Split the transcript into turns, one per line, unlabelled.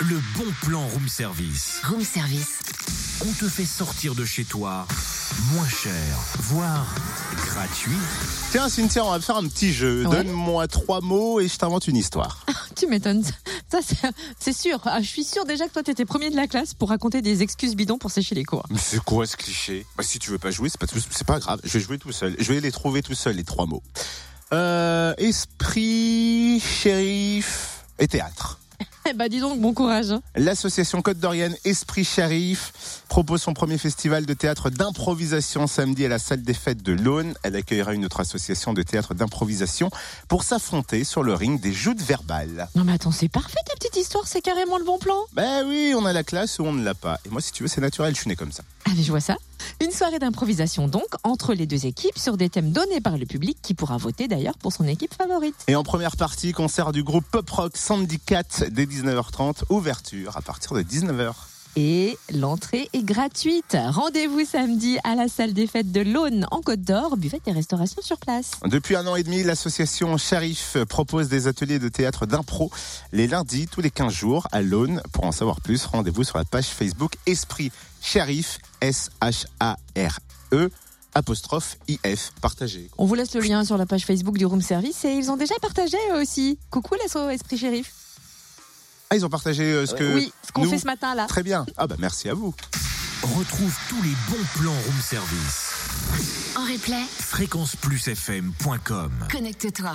Le bon plan room service.
Room service.
On te fait sortir de chez toi moins cher, voire gratuit.
Tiens, Cynthia, on va faire un petit jeu.
Ouais.
Donne-moi trois mots et je t'invente une histoire.
Tu m'étonnes. Ça, c'est- c'est sûr. Ah, je suis sûre déjà que toi, t'étais premier de la classe pour raconter des excuses bidons pour sécher les cours.
Mais c'est quoi ce cliché bah, Si tu veux pas jouer, c'est pas, tout- c'est pas grave. Je vais jouer tout seul. Je vais les trouver tout seul, les trois mots. Euh, esprit, shérif et théâtre.
Eh bah, dis donc, bon courage.
L'association Côte d'Orienne Esprit Shérif propose son premier festival de théâtre d'improvisation samedi à la salle des fêtes de l'Aune. Elle accueillera une autre association de théâtre d'improvisation pour s'affronter sur le ring des joutes verbales.
Non, mais attends, c'est parfait ta petite histoire, c'est carrément le bon plan.
Ben oui, on a la classe ou on ne l'a pas. Et moi, si tu veux, c'est naturel, je suis né comme ça.
Allez, Ah, je vois ça. Une soirée d'improvisation donc, entre les deux équipes, sur des thèmes donnés par le public, qui pourra voter d'ailleurs pour son équipe favorite.
Et en première partie, concert du groupe pop rock Sandy Cat dès 19h30, ouverture à partir de 19h.
Et l'entrée est gratuite. Rendez-vous samedi à la salle des fêtes de l'Aune, en Côte d'Or, buvette et restauration sur place.
Depuis un an et demi, l'association Sharif propose des ateliers de théâtre d'impro les lundis, tous les 15 jours, à l'Aune. Pour en savoir plus, rendez-vous sur la page Facebook Esprit Sharif, S-H-A-R-E, E, apostrophe I-F, partagé.
On vous laisse le lien sur la page Facebook du Room Service et ils ont déjà partagé eux aussi. Coucou l'assaut Esprit Shérif.
Ah, ils ont partagé euh, ce que...
oui, ce qu'on
nous-
fait ce matin là.
Très bien. Ah bah merci à vous.
Retrouve tous les bons plans room service.
En replay,
Fréquenceplusfm.com
connecte-toi.